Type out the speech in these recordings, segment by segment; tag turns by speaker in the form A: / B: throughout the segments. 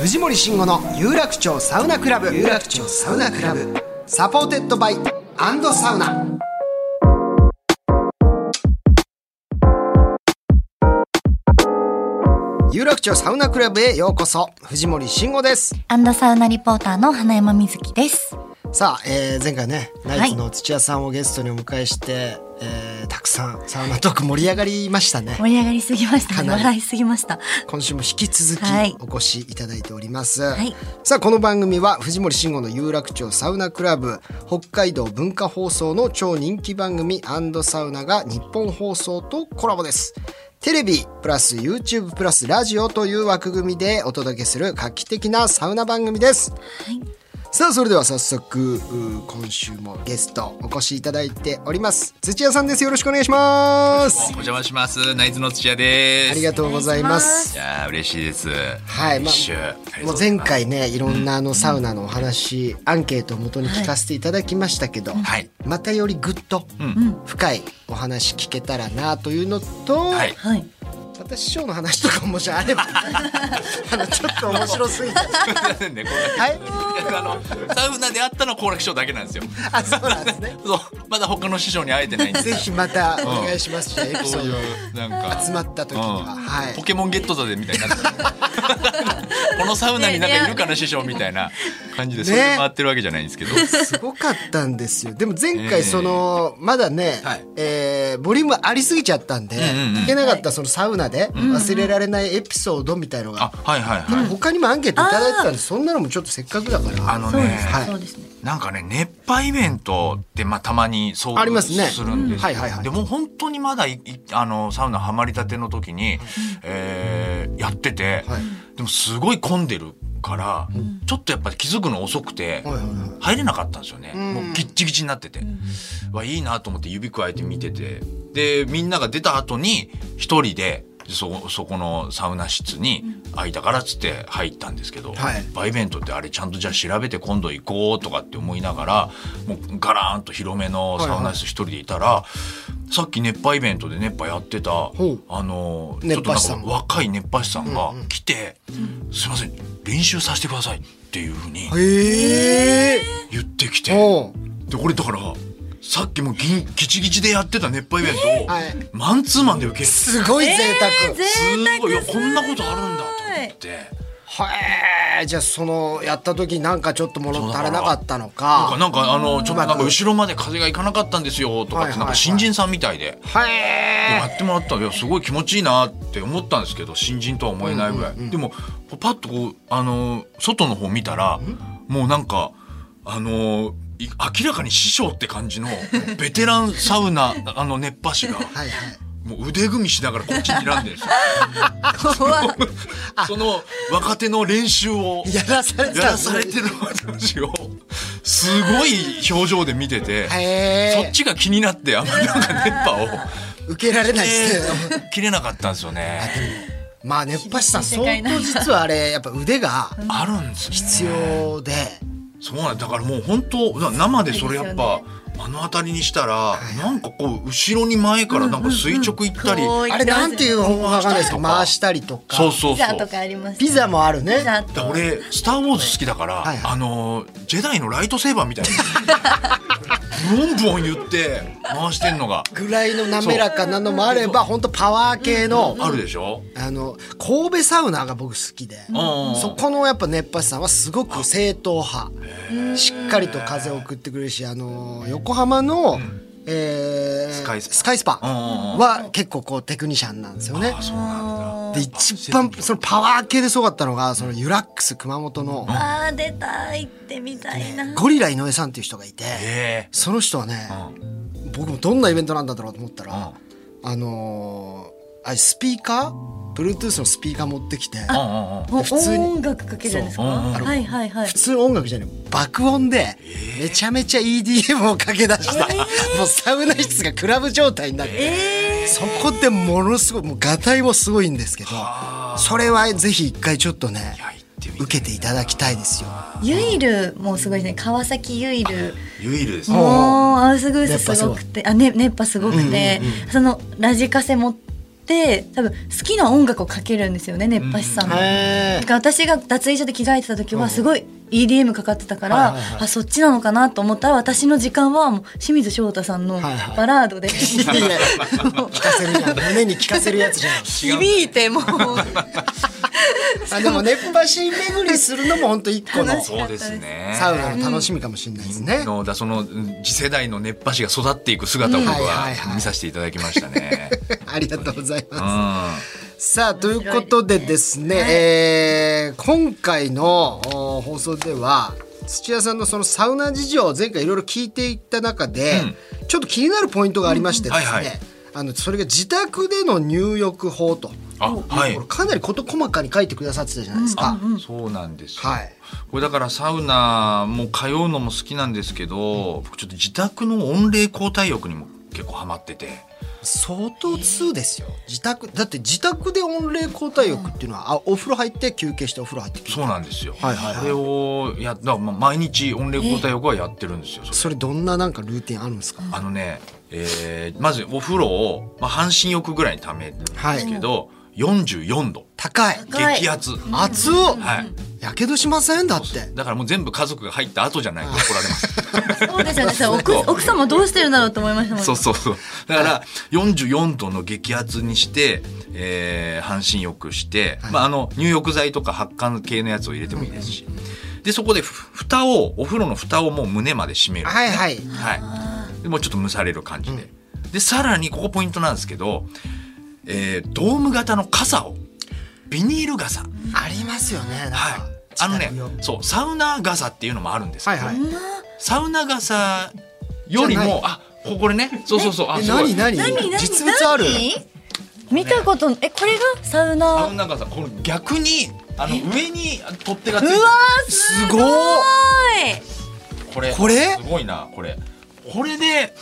A: 藤森慎吾の有楽町サウナクラブ有楽町サウナクラブサポーテッドバイアンドサウナ有楽町サウナクラブへようこそ藤森慎吾です
B: アンドサウナリポーターの花山瑞希です。
A: さあ、えー、前回ね
B: い
A: ナイツの土屋さんをゲストにお迎えして、えーたくさんサウナトーク盛り上がりましたね
B: 盛り上がりすぎました
A: か
B: ね。
A: なり
B: 笑いすぎました。
A: 今週も引き続き
B: はい
A: お越しいただいております、
B: い
A: さあこの番組は藤森慎吾の有楽町サウナクラブ北海道文化放送の超人気番組サウナが日本放送とコラボですテレビプラス YouTube プラスラジオという枠組みでお届けする画期的なサウナ番組です
B: はい。
A: さあそれでは早速うー今週もゲストお越しいただいております土屋さんですよろしくお願いします
C: お邪魔します。ナイツの土屋です。
A: ありがとうございます
C: いやー嬉しいです。
A: はい、ま
C: 一周
A: あ
C: ありがとう
A: も
C: ご
A: う
C: ざい
A: 前
C: ます
A: 回ねいろんなあのサウナのお話、アンケートを元に聞かせていただきましたけど、
C: はい
A: またよりぐっと
C: ん
A: 深いお話聞けたらなというのと、
C: はい
B: はい。
A: 私師匠の話とかもしあればあのちょっと面白すぎて
C: ねこれ
A: はい
C: あのサウナであったのは好楽師匠だけなんですよ。
A: あそうなんですね
C: そうまだ他の師匠に会えてないんで。
A: ぜひまたお願いしますし、エピソ
C: そう
A: ード
C: いうなんか
A: 集まった時には、
C: うん
A: はい
C: ポケモンゲットだぜみたいになって る。このサウナになんかいるかな師匠みたいな感じでそれで回ってるわけじゃないんですけど。
A: すごかったんですよでも前
C: え
A: 回
C: え
A: その、まだね、
C: はい
A: えーボリュームありすぎちゃったんで、
C: んうんうん
A: 聞けなかったそのサウナで忘れられないエピソードみたいのが、
C: あはいはいはい。
A: 他にもアンケートいただいてたんでそんなのもちょっとせっかくだから
C: あの
B: そうで
C: ね
B: す。
A: はい
B: そうですね。
C: なんかね熱波イベントって、まあ、たまに遭
A: ありますね
C: 遇するんです
A: はいはいはい
C: でも本当にまだいいあのサウナハマりたての時に、えーやってて、
A: はい
C: でもすごい混んでるから、ちょっとやっぱり気づくの遅くて、
A: はいはいは
C: 入れなかったんですよね、
A: ん
C: もうギッチギチになってて、わいいなと思って指くわえて見ててでみんなが出た後に一人でそそこのサウナ室に空いたからっつって入ったんですけど、
A: はい
C: バイベントってあれちゃんとじゃあ調べて今度行こうとかって思いながらもうガラーンと広めのサウナ室一人でいたら、さっき熱波イベントで熱波やってた
A: う
C: あのちょ
A: 熱
C: っ
A: 波
C: となん
A: 師さん
C: か若い熱波師さんが来て「すいません練習させてください」っていうふうに
A: いえ
C: 言ってきて。
A: ー、おう
C: で俺だからさっきもギンギチギチでやってた熱波イベントを、
A: はい
C: マンツーマンで受けるす
A: すごい贅沢、
C: ごいいやこんなことあるんだと思って
A: はいじゃあそのやった時なんかちょっともの足らなかったのか
C: なんかなんかあのちょっとなんか後ろまで風がいかなかったんですよと
A: はい
C: かって、
A: はいはい
C: なんか新人さんみたいで。でも
A: は
C: やってもらったらいやすごい気持ちいいなって思ったんですけど新人とは思えないぐらい、でもこうパッとこうあのー外の方見たらもうなんかあのーい明らかに師匠って感じのベテランサウナあの熱波師が
A: いはいはい
C: もう腕組みしながらこっちに睨んでるんですよ
B: 怖い。
C: その若手の練習を
A: やらされてた
C: やらされてる私をすごい表情で見てて、
A: へー
C: そっちが気になってあんまりなんか熱波
A: 受けられ
C: を、
A: ないですね、
C: えー切れなかったんですよね。
A: まあ熱波師さん
B: 厳しい世界
A: 相
B: な
A: 当実はあれやっぱ腕が
C: あるんですね
A: 必要で、
C: そうなんだからもう本当だから生でそれやっぱ、あの辺りにしたら、
A: い
C: なんかこう後ろに前からなんか垂直行ったり、
B: こう
A: あれなんていう方法かわかんないですけど回
C: 回
A: したりとか
C: そうそう
B: ピ
C: そ
B: ザ
C: う
B: とかあります。
A: ピザもあるね
B: ピザ
C: だから
B: と。
C: 俺「スター・ウォーズ」好きだから、
A: はいはい
C: あのージェダイのライトセーバーみたいなブオンブオン言って回してんのが
A: ぐらいの滑らかなのもあれば本当パワー系の
C: あるでしょ
A: あの神戸サウナが僕好きで
C: ん
A: そこのやっぱ熱波師さんはすごく正統派しっかりと風を送ってくれるしあの横浜のえー
C: スカイスパ
A: スパ
C: うんうんうん
A: は結構こうテクニシャンなんですよね
C: あそうなん
A: で
C: だ
A: 一番そのパワー系ですごかったのがそのユラックス熊本の
B: あー出た行ってみたいな。
A: ゴリラ井上さんっていう人がいて
C: え
A: その人はね
C: えうん
A: 僕もどんなイベントなんだろうと思ったらあのーあれスピーカー Bluetooth のスピーカー持ってきて
C: うんうんうん
B: お
A: 普通に
B: 音楽かけるんですか。
C: そううんうん
B: はいはいはい
A: 普。通の音楽じゃない爆音でめちゃめちゃ EDM をかけ出した、もうサウナ室がクラブ状態になって、そこでものすごいもうガタイもすごいんですけどそれはぜひ一回ちょっとね
C: いや行ってみて
A: 受けていただきたいですよ。
B: ユイルもすごいですね。川崎ユイル。
C: ユイルですね
B: もうアウスグース
A: 熱波す
B: す
A: ご
B: ご
A: い
B: くてあ、ね、熱波すごくて、そのラジカセ持って多分好きな音楽をかけるんですよね熱波師さんの。
A: へ
B: だから私が脱衣所で着替えてた時はすごい EDM かかってたから、
A: はいはいはい
B: あそっちなのかなと思ったら私の時間はもう清水翔太さんの
A: はい はい
B: バラードで、
A: いや聞かせるやん胸に聞かせるやつじゃん
B: 響いてもう
A: あでも熱波師巡りするのも本当一個の
B: 楽し
A: サ
B: い
C: そうですね
A: ウナの楽しみかもしれないですね。
C: のだそのうん次世代の熱波師が育っていく姿を僕
A: うんはいはいは
C: はい見させていただきました ね。
A: ありがとうございます。
C: うん
A: さあということでですね、えー今回のお放送では土屋さんのそのサウナ事情を前回いろいろ聞いていった中で、ちょっと気になるポイントがありましてですね、
C: うんはいはい
A: あのそれが自宅での入浴法と、
C: あはい
A: これかなり事細かに書いてくださってたじゃないですか。
C: そうなんですよ、
A: はい
C: これだからサウナも通うのも好きなんですけど、僕ちょっと自宅の温冷交代浴にも結構ハマってて
A: 相当数ですよ自宅だって自宅で温冷交代浴っていうのはあお風呂入って休憩してお風呂入って休憩
C: そうなんですよ、
A: はいはいはい
C: それをやだからまあ毎日温冷交代浴はやってるんですよ、それ
A: それどんななんかルーティンあるんですか、
C: あのね、えーまずお風呂を、まあ、半身浴ぐらいにためるんですけど、44度
A: 高い
B: 高い
C: 激熱、
A: 熱を
C: はい
A: やけどしませんだって
C: だからもう全部家族が入った後じゃないと怒られます
B: そうで すよねそう奥奥様どうしてるんだろうと思いましたもん
C: そうそうそう。だから、44度の激圧にして、えー半身浴して、まあ、あの、入浴剤とか発汗系のやつを入れてもいいですし。で、そこで、ふ蓋を、お風呂の蓋をもう胸まで閉める。
A: はいはい
C: はい。でもうちょっと蒸される感じで。で、さらに、ここポイントなんですけど、えードーム型の傘を、ビニール傘。
A: ありますよねなんか
C: はい。あのね
A: 自宅用、
C: そう、サウナ傘っていうのもあるんですけど
A: はいはい
C: サウナ傘より
A: じゃない
C: も、あ、ここれね、そうそうそう、あ、
A: え
C: すごい
A: 何何
B: 何何
A: 実物ある
B: 何見たことえこれがサウナ
C: サウナ傘この逆にあの上に取っ手がついうて
B: わ
C: る
B: ー
A: す
B: す
A: ご
B: ご
A: い
B: い
C: これ
A: これ
C: すごいなこれこれで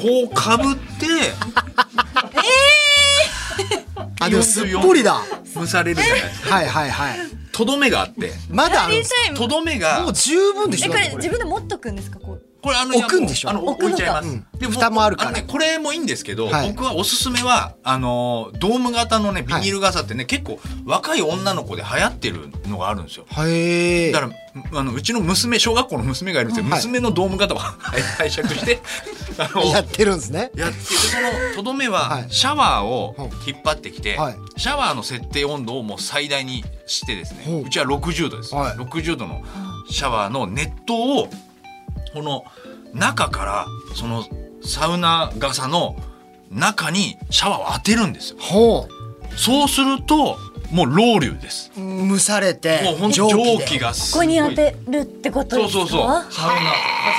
C: こうかぶって
A: あでもすっぽりだは
C: 蒸されるじゃないですか
A: いはいはい
C: とどめがあって
A: まだあるん
B: 小
A: です
B: さい
C: とどめ
A: も
C: が
A: う十分でし
B: え
A: ょ
B: こ
A: だっ
B: れ
A: てこれ
B: 自分で持っとくんですかこう
C: これあの
A: 置くんでしょ
C: あの
B: 置く
C: 置
B: のか
C: いちゃいます、
A: うん
C: でも
A: 蓋もあるから
C: のね、これもいいんですけど、
A: はい
C: 僕はおすすめはあのドーム型のねビニール傘ってね、結構若い女の子で流行ってるのがあるんですよ
A: へえ
C: だからあのうちの娘小学校の娘がいるんですけど、
A: はい
C: 娘のドーム型を 拝借 してあの
A: やってるんですね
C: やってでそのとどめ
A: は
C: はいシャワーを引っ張ってきて、
A: はい
C: シャワーの設定温度をもう最大にしてです
A: ほう
C: ねうちは60度です、
A: はい
C: 60度のシャワーの熱湯をこの中からそのサウナ傘の中にシャワーを当てるんですよ
A: ほ
C: そうするともうロウリュです
A: う蒸されて
C: もうほんと
A: 蒸
C: 蒸
A: 気で
C: 気が
B: こ
C: す
B: こ
C: ごい
B: に当てるってこと
C: そう
B: ですか
C: そうそうサウナ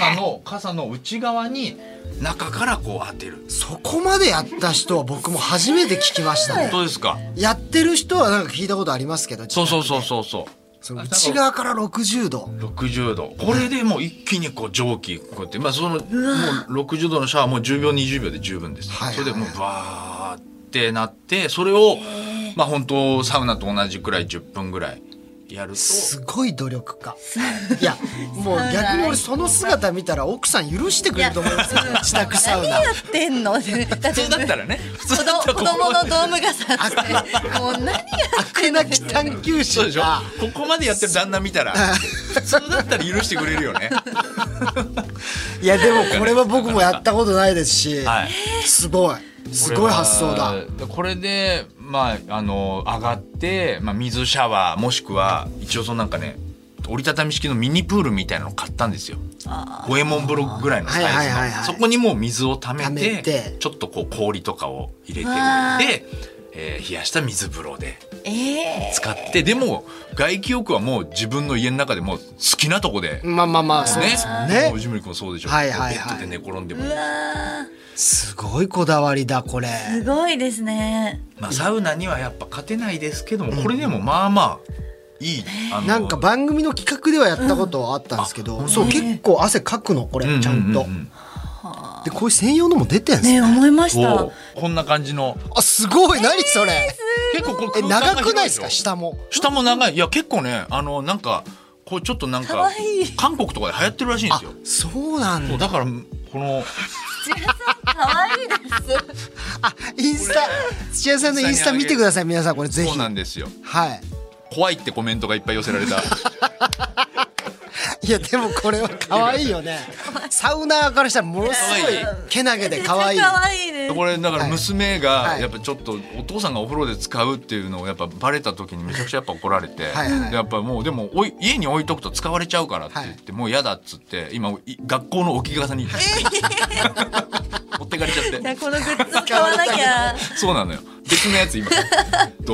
C: 傘の傘の内側に中からこう当てる
A: そこまでやった人は僕も初めて聞きましたね
C: 本当ですか
A: やってる人はなんか聞いたことありますけど
C: そうそうそうそうそう
A: その内側から60度
C: 60度これでもう一気にこう蒸気こうやって、まあ、そのもう60度のシャワーもう10秒20秒で十分です、
A: はいはい
C: それでもうバーってなってそれをまあ本当サウナと同じくらい10分ぐらいやると
A: すごい努力家いやもう逆に俺その姿見たら奥さん許してくれると思いますよ自宅サウ
B: 何
A: ナ
B: やってんの だって
C: 普通だったらね普
B: 子
C: 通だ
B: 供
C: ったら
B: 子
C: ここ
B: 供のドーム傘 ってもう何やってんの
A: なき探求
C: そう
A: 心
C: でしょ
A: が
C: ここまでやってる旦那見たら普通だったら許してくれるよね
A: いやでもこれは僕もやったことないですし、
C: はい
A: すごいすごい発想だ
C: これはこれでまああの上がって、まあ、水シャワーもしくは一応そのなんかね折りたたみ式のミニプールみたいなのを買ったんですよ五右衛門風呂ぐらいのサイズの、
A: はいはいはいはい
C: そこにもう水をためて
A: 溜めて
C: ちょっとこう氷とかを入れて
B: わ
C: でえー冷やした水風呂で
B: ええ
C: 使って、でも外気浴はもう自分の家の中でもう好きなとこで、
A: まあまあまあそう
C: ね
A: ですよ
C: もう
A: ね
C: 藤森君もそうでしょ、
A: はいはいはい
C: こうベッドで寝転んでも
B: うわ
A: すごいこだわりだこれ
B: ーすごいですね
C: まあ、サウナにはやっぱ勝てないですけども、これでもまあまあいい、あの
A: なんか番組の企画ではやったことあったんですけど、そう結構汗かくのこれ、
C: ううう
A: ちゃんと、でこういう専用のも出てんすね
B: ね思いまし
C: こ
B: た
C: うこんな感じの
A: あすごい何それ、
C: 結構これ
A: え
C: 空間が
A: 長くないです
C: 広
A: か
C: でしょ
A: 下も
C: 下も長いいや結構ねあのなんかこうちょっとなんか
B: かわいい
C: 韓国とかで流行ってるらしいんで
A: あ
C: すよ
A: そうなん
C: そう
A: だ
C: だからこの
B: 土屋さん可愛いです
A: あインスタ土屋さんのインスタ見てください皆さんこれぜ
C: そ
A: ひ
C: う
A: は
C: なんですよ
A: い
C: 怖いってコメントがいっぱい寄せられた
A: いやでもこれは可愛いよねサウナーからしたらものすごい
C: 可愛
A: けなげで可愛い
B: めっちゃ可愛いです
C: これだから娘
A: は
C: が
A: い
C: やっぱちょっとお父さんがお風呂で使うっていうのをやっぱバレた時にめちゃくちゃやっぱ怒られて
A: はいはい
C: でやっぱもうでもおい家に置いとくと使われちゃうからって言ってもう嫌だっつって今い学校の置き傘に 持ってかれちゃっ
B: いや
C: て
B: このグッズを買わなき ゃ
C: そうなのよ別のやつ今 ど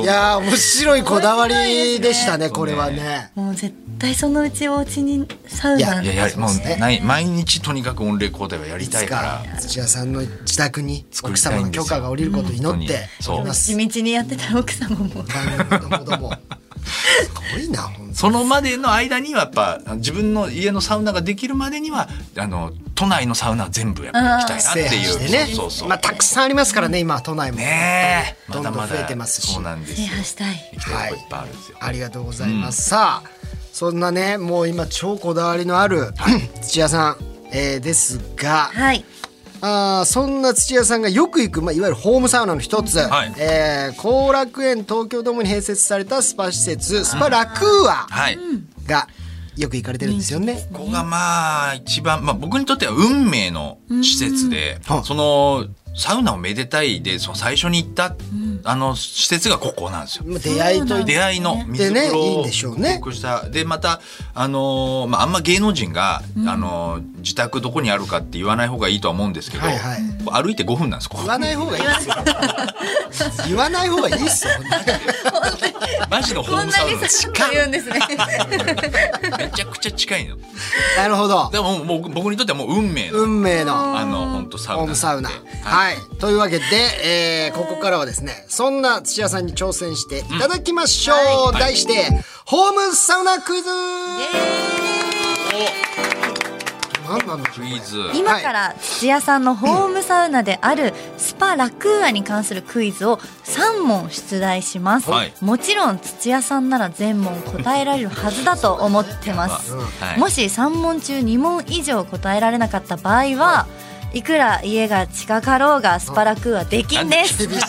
A: いう
C: ぞ
A: やー面白いこだわりでしたね
C: 面白いですね
A: これはね
B: もう絶対そのうちお家にサウナ
C: いやいやも
A: そうですね
C: うない毎日とにかく御礼交代はやり
A: い
C: た
A: つ
C: いか。
A: から土屋さんの自宅に
C: 作
A: 奥
C: りた
A: 様
C: い
A: の
C: んです
A: 許
C: よ
A: 可が下りることを祈って
C: 本当にそう
A: おります
B: 地道にやってた奥様も
A: あのどうもどうもすごいな本当
C: そのまでの間にはやっぱ自分の家のサウナができるまでにはあの都内のサウナ全部やっぱ行きたいなっ
A: 制
C: て
A: 覇
C: いう
A: してね
C: そうそうそう、
A: まあ、たくさんありますからね今都内も、
C: ねえ
A: どんどん増えてますし
C: そうなんです
B: 制
C: よ
B: 覇したい
C: 行きたいとこいっぱいあるんですよ、
A: ありがとうございます、さあそんなねもう今超こだわりのある 土屋さん、えーですが
B: はい
A: あーそんな土屋さんがよく行く、まあ、いわゆるホームサウナの一つ
C: はい
A: えー後、楽園東京ドームに併設されたスパ施設スパラクーア
C: はい、
A: がよく行かれてるんですよね。
C: ここがまあ一番、まあ、僕にとっては運命の施設で、
A: うんはい
C: そのサウナをめでたいでその最初に行った、あの施設がここなんですよ。
A: まあ出会いとい
C: 出
A: て
C: 会いの
A: で
C: 水
A: ね
C: 風呂
A: いいん
C: を
A: でしょうね
C: 報告したでまたあのーまああんま芸能人が、あのー自宅どこにあるかって言わない方がいいとは思うんですけど、
A: はいはい
C: 歩いて5分なんですここ
A: 言わない方がいいですよ。言わない方がいいですよ。
C: マジのホ
B: こ
C: ー
B: んな
C: ムサウ
B: に
C: ナ
B: サウナ言うんです ね
C: めちゃくちゃ近いの
A: なるほど。
C: でももう僕にとってはもう運命の、
A: 運命の
C: あの本当サウ
A: ホー
C: ナ
A: ムサウナ。はい、というわけで、えーここからはですねそんな土屋さんに挑戦していただきましょう、
C: はい
A: 題して、ホームサウナクイズ何なの
C: おクイズ
B: 今から土屋さんのホームサウナであるスパラクーアに関するクイズを3問出題します、
C: はい
B: もちろん土屋さんなら全問答えられるはずだと思ってます、
C: はい
B: もし3問中2問以上答えられなかった場合は、い、くら家が近かろうがスパラクーアできんです
A: 厳しい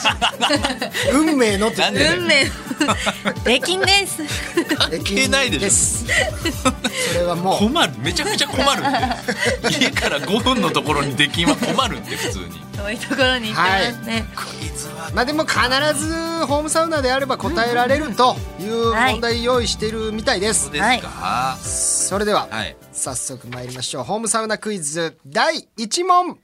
A: 運命のって
C: なんで
B: 運命 できんです
A: 関
C: 関係ないでしょ
A: すそれはもう
C: 困るめちゃくちゃ困るって家から5分のところに出禁は困るって普通に
B: 遠いところに行ってますね、
C: クイズは
A: まあでも必ずホームサウナであれば答えられるという
B: はい
A: 問題用意してるみたいです、
C: どうですか、
A: それでは、
C: はい
A: 早速参りましょうホームサウナクイズ第1問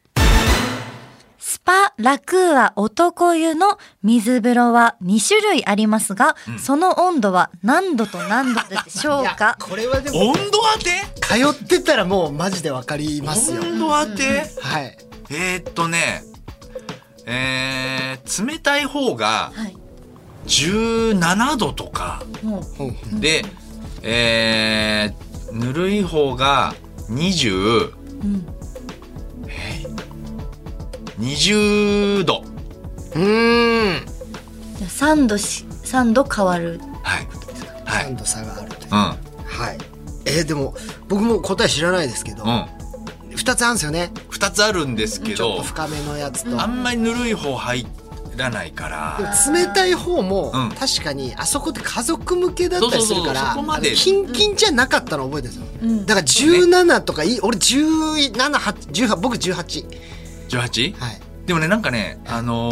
B: スパラクーア男湯の水風呂は2種類ありますが、その温度は何度と何度でしょう
A: いや
B: か
A: これはでも
C: 温度当て
A: 通ってたらもうマジでわかりますよ。
C: 温度当て
A: はい。
C: えー、っとねえー、冷たい方が
B: はい
C: 17度とか
B: もう
A: ほん
C: で、えー、ぬるい方が2020
B: うん
C: 度
A: うーん。
B: じゃあ3度し3度変わる
C: はいは
A: 感度差があるという。
C: い
A: はい。えーでも僕も答え知らないですけど、
C: うんうん
A: 二、つあるんですよね。
C: 2つあるんですけ
A: ちょっと
C: ど
A: 深めのやつと。
C: あんまりぬるい方入らないから
A: でも冷たい方も
C: うん
A: 確かにあそこって家族向けだったりするから、
C: そうそうそうそこまで
A: あのキンキンじゃなかったの覚えてるんですよ。
B: うん
A: だから17とかいい俺17、8、18、僕18。
C: 18?
A: はい。
C: でもねなんかね、あの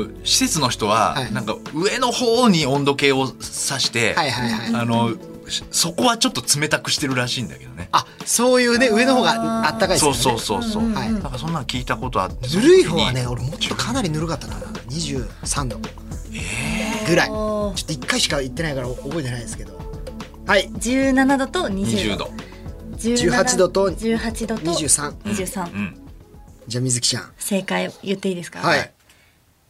C: ー施設の人は、
A: はい
C: なんか上の方に温度計を指して、
A: はいはいはい。
C: あのしそこはちょっと冷たくしてるらしいんだけどね。
A: あ、そういうね、上の方があったかいです
C: そ
A: よ
C: う
A: ね。
C: そうそうそう。
A: んはい
C: なんかそんなの聞いたことあって。
A: ぬるい方はね
C: その
A: 俺もっとかなりぬるかったと思う23度
C: 時に。
A: ぐらい、
B: おー
A: ちょっと1回しか行ってないから覚えてないですけどはい
B: 17度と
C: 20
B: 20度
C: 度。
B: 17
A: 18度と
B: 18度と
A: 23
B: 23
C: うん。
A: じゃあ水木ちゃん
B: 正解言っていいですか
A: はい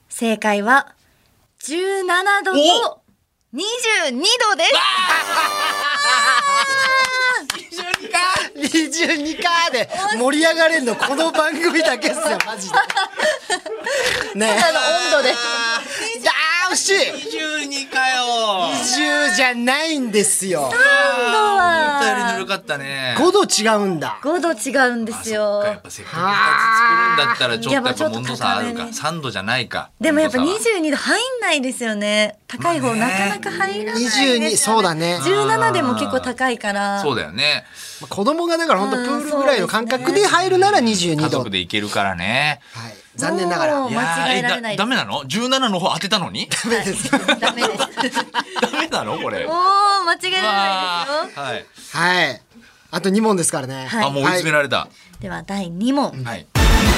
B: 正解は17度と22度です
A: 22かーで盛り上がれんのこの番組だけっすよマ ジでねえ
B: あの温度で
A: あー惜しい
C: 22かよ。
A: 20じゃないんですよ
B: 温度
C: 思ったよりぬる
B: は
C: かったね。
A: 5度違うんだ
B: 5度違うんで
C: あ
B: す
C: そっ
B: よ
C: かやっぱせっかく2つ作るんだったらちょっとやっぱ温度差ある
B: やっ
C: か
B: ぱちょっと
C: 3度じゃないか
B: でもやっぱ
C: 温度差は
B: 22度入んないですよね高い方なかなか入らないですよね
A: 22そうだね
B: 17でも結構高いから
C: そうだよね
A: まあ子供がだから本当プールぐらいの感覚で入るなら22
C: 家
A: 度、
C: 族で行けるからね
A: はい、残念ながら
B: もう間違えられないで
C: やーえ
B: す
C: ダメなの17の方当てた のに
B: はいダメです
C: ダメなのこれ
B: おー間違えられないですよ
C: はい
A: はいあと2問ですからね、
B: はい
C: あもう追い詰められた
B: では第2問
C: はい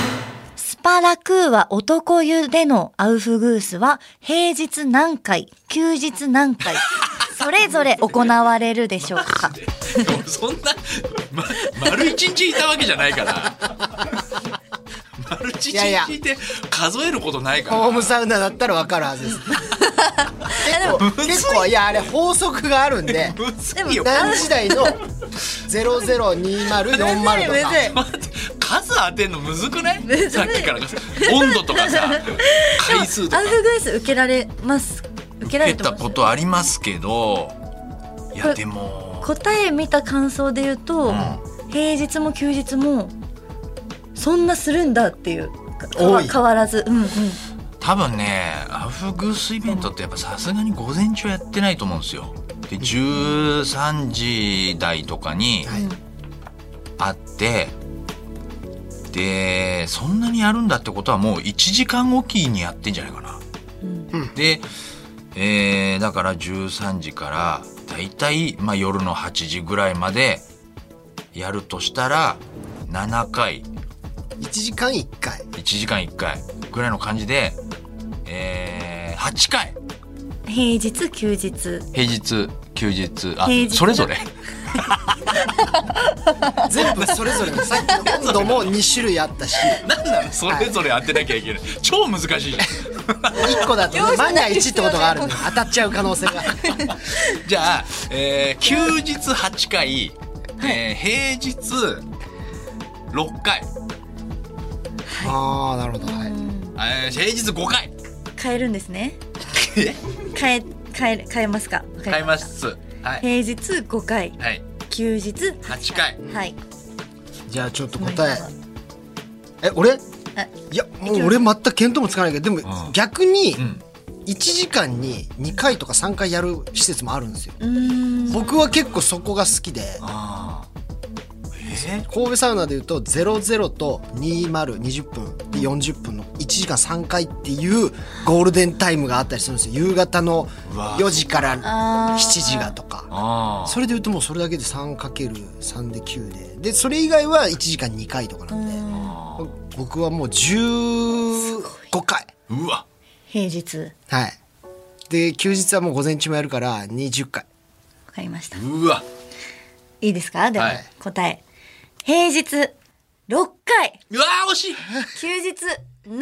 B: スパラクーは男湯でのアウフグースは平日何回休日何回それぞれ行われるでしょうか
C: でもそんな、ま、丸一日いたわけじゃな いから。丸一
A: いやいや
C: 日いて数えることないから。
A: ホームサウナだったら分かるはずです結構 結構いやあれ法則があるん で
C: むずいよ。
A: 何時台の002040とか
C: 待って数当てんのむずくない
B: むずい
C: さっきから温度と かさ回数とか
B: アウフグース受けられます受けられ
C: 出
B: てま
C: た
B: す
C: ことありますけどい
B: こ
C: や
B: れ
C: でも
B: 答え見た感想で言うと、平日も休日もそんなするんだっていうか
A: 多い
B: 変わらず、うんうん、
C: 多分ねアフグースイベントってやっぱさすがに午前中やってないと思うんですよ。で13時台とかに
A: はい
C: あってでそんなにやるんだってことはもう1時間おきにやってんじゃないかな。で、えーだから13時からだいたい、まあ、夜の8時ぐらいまでやるとしたら7回
A: 1時間1回
C: 1時間1回ぐらいの感じで、えー8回
B: 平日休日
C: 平日休日あ
B: 平日
C: そ れぞれ
A: 全部それぞれにさっきの温度も2種類あったし
C: 何なのそれぞれ当てなきゃいけない超難しいじゃん
A: 1個だとね万が一ってことがあるんで当たっちゃう可能性が
C: じゃあ、えー休日8回、えー平日6回、
A: ああなるほどはい
C: えー平日5回
B: 変えるんです ね変え変え変えますかわかり
C: 買います。はい。
B: 平日5回
C: はい。
B: 休日
C: 8回。
B: はい
A: じゃあちょっと答ええ俺
B: あ
A: いやもう俺全く見当もつかないけどでも
C: うん
A: 逆に
C: ん
A: 1時間に2回とか3回やる施設もあるんですよ
B: うーん
A: 僕は結構そこが好きで
C: ああ。え
A: 神戸サウナでいうと00と2020分で40分の1時間3回っていうゴールデンタイムがあったりするんですよ夕方の
C: うわ
A: 4時か
B: あ
A: ら
B: ー
A: 7時がとか
C: あ
A: それでいうともうそれだけで 3×3 で9ででそれ以外は1時間2回とかなんで僕はもう15回
C: あ。うわ。
B: 平日わ
A: はいで休日はもう午前中もやるから20回
B: かりました
C: うわ。
B: いいですかでは、
C: はい
B: 答え平日6回
C: うわー惜しい。
B: 休日7回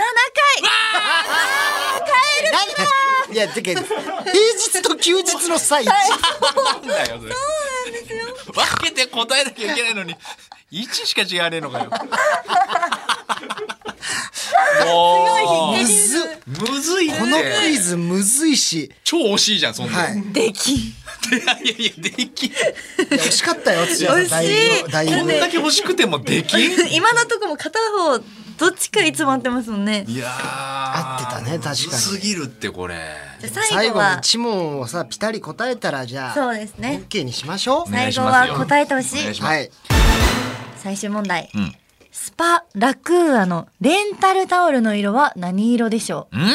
A: 何いやてか平日と休日の差1
C: なんだよ。それ分けて答えなきゃいけないのに。1しか違わねえのかよ。も
A: むずっ
C: う。むずいね。
A: このクイズむずいし、
C: 超惜しいじゃん、そんなの。、
A: はいい、い
B: できん
C: やいやいや、できん。
A: や惜しかったよ土屋さん
B: 惜しい
A: だいぶだ
B: な
C: こ
A: い
C: ん
A: ぶ
C: だけ欲しくてもできん。
B: 今のとこも片方どっちかいつも合ってますもんね
C: いやー。合
A: 合ってたね確かに
C: すぎるって、これ。
B: 最
A: 最
B: 後
A: 後の
B: は
A: 一問をさピタリ答えたらじゃあ
B: そうですね
A: OK にしましょう、
C: ね
B: 最後は答えてほし
C: お願
B: い
C: いします
A: はい
B: 最終問題、
C: ん
B: スパラクーアのレンタルタオルの色は何色でしょ、
C: うん。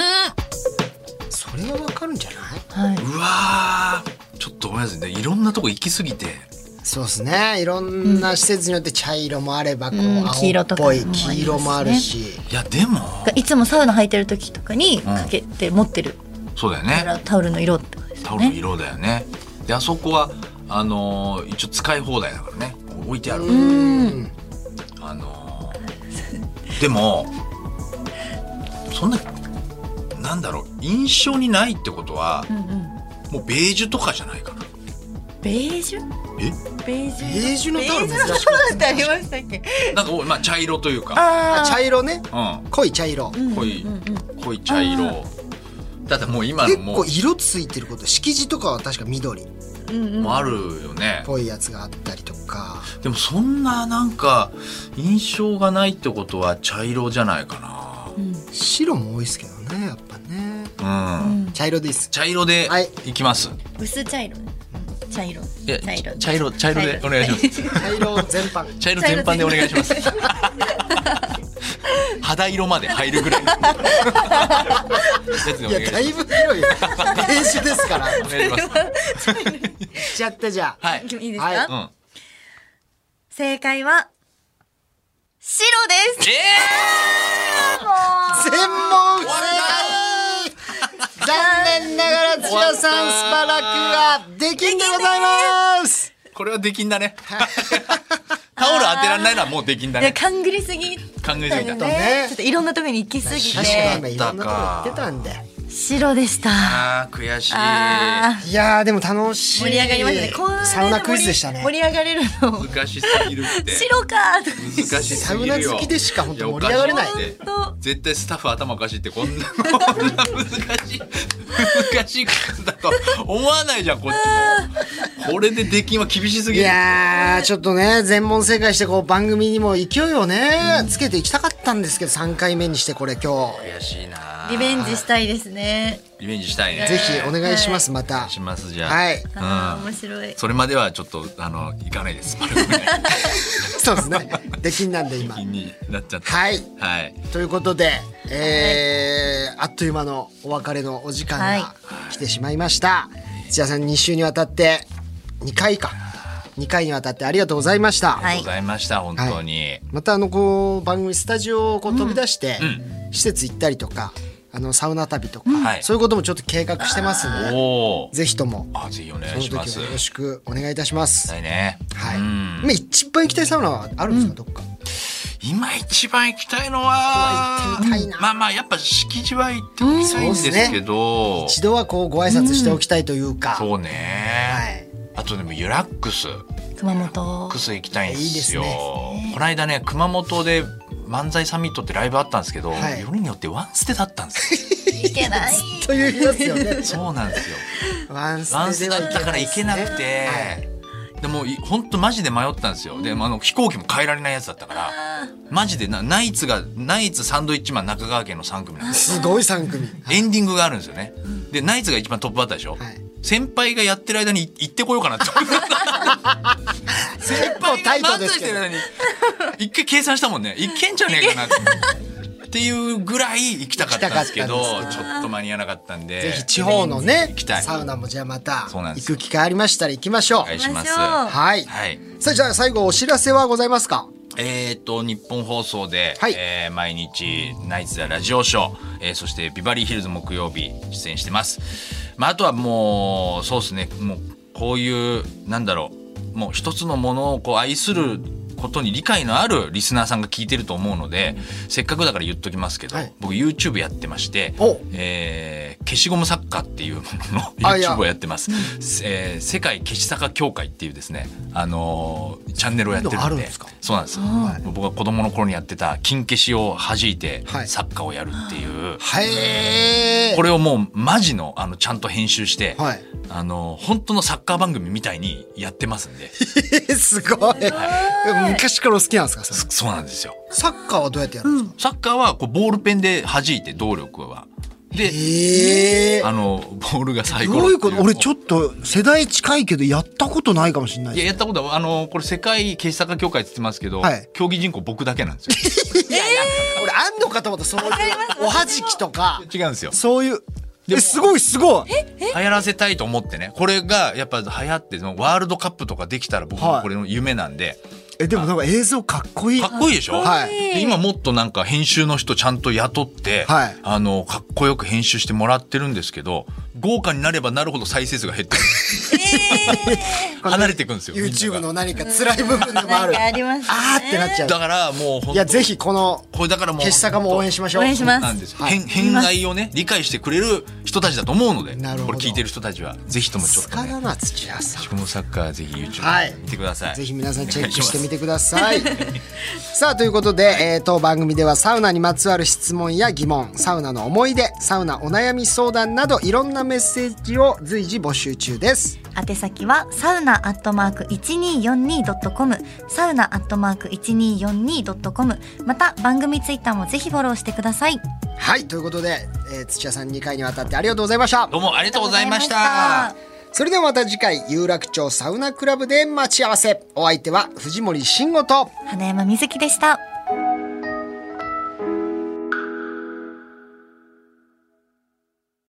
A: それはわかるんじゃないう
B: はいう
C: わーちょっとごめんなさいねいろんなとこ行き過ぎて
A: そうですねいろんな施設によって茶色もあればこう
B: うん
A: 青
B: 黄色
A: っ
B: とかも
A: ぽい
B: ありますね
A: 黄色もあるし、
C: いやでも
B: いつもサウナ履いてる時とかにかけて持ってる、
C: そうだよね。
B: タオルの色ってことです
C: タ
B: よ
C: オルの
B: ね。
C: 色だよね。であそこはあのー一応使い放題だからね。置いてある。
B: うん。
C: あのーでもそんななんだろう印象にないってことは
B: うんうん。
C: もうベージュとかじゃないかな。
B: ベージュ？
C: え？
B: ベージ
A: ベ
B: ュ。
A: ージュのタオル
B: ベージュ
A: 珍
B: の
A: しくない
B: タオルってありましたっけ？
C: なんかおまあ茶色というか。
A: あ
B: あ
A: 茶色ね
C: うん。
A: 濃い茶色、
B: ー
C: 濃い
B: うんうんうん
C: 濃い茶色。だってもう今の
A: 結
C: も
A: 構色ついてること敷地とかは確か緑っ
B: うん
C: うもうあるよね。
A: ぽいやつがあったりとか
C: でもそんななんか印象がないってことは茶色じゃないか
B: うん
A: 白も多いですけどねやっぱね
C: な。うん。
B: うん
A: 茶色です
C: 茶色で
A: はい
C: いきます。
B: 薄茶色ね。茶色。
C: いや
B: 茶色。
C: 茶色茶色でお願いします。
A: 茶色全般
C: 茶色全般でお願 いします。肌色まで入るぐらいのやつでお
A: いや
C: 願い
A: だい
C: し
A: ぶ広い よベージュですから
C: ます。お願いします。
A: しちゃってじゃあ
C: はい。
B: いいです
A: はい
B: か
C: う？ん。
B: 正解は白です。
A: 全問不正解残念ながら千代さんスパラクはできんでございます
C: えー、これは出禁 だね。タオル当てられないのはもう出禁だ
B: いや
C: ね。
B: 勘ぐりすぎ
C: 考え
B: た
C: すぎ
B: よ
C: た。
A: ね
B: ね。ちょっといろんなとこに行きすぎ
A: 確か
B: て
A: にいろんなとこ行ってたんで
B: 白でした。
C: あー悔しい。
B: あ
A: いやーでも楽しい
B: 盛り上がりましたね。こういうね
A: サウナクイズでしたね
B: 盛り上がれるの。
C: 難しすぎるって。
B: 白かと。
C: 難しす
A: サ
C: ぎ
A: ウ
C: るよ
A: ナ好きでしか本当
C: いやお
A: 盛
C: かし
A: り上がれない
C: っ
A: い
C: て
B: 本
C: 絶対スタッフ頭おかしいってこんなこ んな難しい難しいことだと思わないじゃんこっちもこれで出禁は厳しすぎる
A: やーちょっとね全問正解してこう番組にも勢いをねつけていきたかったんですけど3回目にしてこれ今
C: 悔しいな
B: リベンジしたいですね。
C: リベンジしたいね
A: 日ぜひお願いしますまた
C: しますじゃあ
A: はい
B: あー面白い。
C: それまではちょっとあの行かな いです丸くね
A: そうですねできんなんで 今
C: 気になっちゃった
A: はい
C: はい
A: ということで、えーあっという間のお別れのお時間
B: はい
A: が来てしまいました。土屋さん2週にわたって2回か2回にわたってありがとうございました。
C: あ
B: はいう
C: りがとございました本当に
A: またあのこう番組スタジオをこう飛び出して、施設行ったりとかあのサウナ旅とか、
C: はい
A: そういうこともちょっと計画してますので、
C: おお
A: ぜひとも
C: あぜひお願
A: そ
C: い
A: の
C: し
A: 時
C: ます
A: はよろしくお願いいたします
C: は。いね
A: はい。
C: うん
A: 今一番行きたいサウナはあるんですか、どっか。
C: 今一番行きたいのは
A: 行ってみたいな
C: まあまあやっぱ敷地は行ってみたいんですけど、
A: 一度はこうご挨拶しておきたいというか。
C: そうね、あとでもユラックスユ
B: 熊
C: ラ
B: 本
C: ック。ス行きたいんですよ
A: いいです
C: この間ね熊本で漫才サミットってライブあったんですけど、
A: はい
C: よりによってワンステだったんです よ
B: いけない。
A: というやつよね。
C: そうなんですよ
A: ワン
C: ワン
A: ス
C: ス
A: テ
C: テ
A: では
C: だったから行けなくて、でもいほんとマジで迷ったんですよ、でもあの飛行機も変えられないやつだったからマジでなナイツがナイツサンドイッチマン中川家の3組なんです
A: すごい三組。
C: エンディングがあるんですよね。で、ナイツが一番トップバッターでしょ、
A: はい
C: 先輩がやってる間に行ってこようかなって。先
A: 構
C: 輩
A: タイ
C: が
A: ト
C: 漫才
A: です
C: し
A: け
C: て
A: ど
C: る間に、一回計算したもん ね。いけんじゃねえかなって。っていうぐらい行きたかったんですけど、
A: 行きたかったんです
C: ちょっと間に合わなかったんで。
A: ぜひ地方のね
C: 行きたい。
A: サウナもじゃあまた
C: そうなんで
A: 行
C: すよ
A: く機会ありましたら行きましょう
C: お。願いします。
B: 行きましょ
A: はい。
C: はい。
A: さあじゃあ最後お知らせはございますか。
C: えー、と日本放送で、
A: はい
C: えー毎日ナイツやラジオショー、えーそしてビバリーヒルズ木曜日出演してます、まあ、あとはもうそうですねもうこういうなんだろうもう一つのものをこう愛することに理解のあるリスナーさんが聞いてると思うので、せっかくだから言っときますけど、
A: はい
C: 僕 YouTube やってまして
A: お、
C: えー消しゴム作家っていうものの
A: あいや
C: YouTube をやってます、えー世界消し坂協会っていうですね、あのーチャンネルをやってるんで
A: あるんですか
C: そうなんです、僕が子供の頃にやってた金消しを弾いて
A: はい
C: サッカーをやるっていう、
A: はい。
C: これをもうマジのあのちゃんと編集して、
A: はい
C: あの本当のサッカー番組みたいにやってますんで
A: すごい。昔からお好きなんですか。それ
C: そうなんですよ
A: サッカーはどうやってやるんですか。
C: サッカーはこうボールペンで弾いて動力はで、
A: ええ。
C: あのボールが最後
D: どういうこと俺ちょっと世代近いけどやったことないかもしれない
C: いややったことはあのこれ世界消し坂協会って言ってますけど、
D: はい
C: 競技人口僕だけなんですよ
A: 俺あんのかと思ったそういうおはじきとか。
C: 違うんですよ
D: そういう
C: でも
D: えすごいすごい
C: 流行らせたいと思ってねこれがやっぱ流行ってそのワールドカップとかできたら僕もこれの夢なんで、
D: え
A: えでもなんか映像かっこいい
C: かっこいいでしょ、
A: はい
C: で今もっとなんか編集の人ちゃんと雇って、
A: はい
C: あのかっこよく編集してもらってるんですけど豪華になればなるほど再生数が減ってる 離れていくんですよみんなが
E: YouTube の何か辛い部分でもあ
B: なん
E: る
B: かありますよね
E: あーってなっちゃう
C: だからもうほんと
E: いやぜひこの
C: これだからもう
E: 消し坂も応援しましょう
B: 応援します
C: なんです、
E: はい
C: 偏偏愛をね理解してくれる人たちだと思うので
E: なるほど
C: これ聞いてる人たちはぜひともちょっと
E: 塚田
C: ね
E: な土屋さん
C: 仕込むサッカーぜひ YouTube
E: はい
C: 見てください、
E: ぜひ皆さんチェックしてみてくだ さい。さあということで、えー当番組ではサウナにまつわる質問や疑問サウナの思い出サウナお悩み相談などいろんなメッセージを随時募集中です。
B: 宛先はサウナアットマーク 1242.com サウナアットマーク 1242.com また番組ツイッターもぜひフォローしてください
E: はいということで、えー土屋さん2回にわたってありがとうございました
C: どうもありがとうございまし
B: ありがとうございましたた
E: それではまた次回有楽町サウナクラブで待ち合わせお相手は藤森慎吾と
B: 花山瑞希でした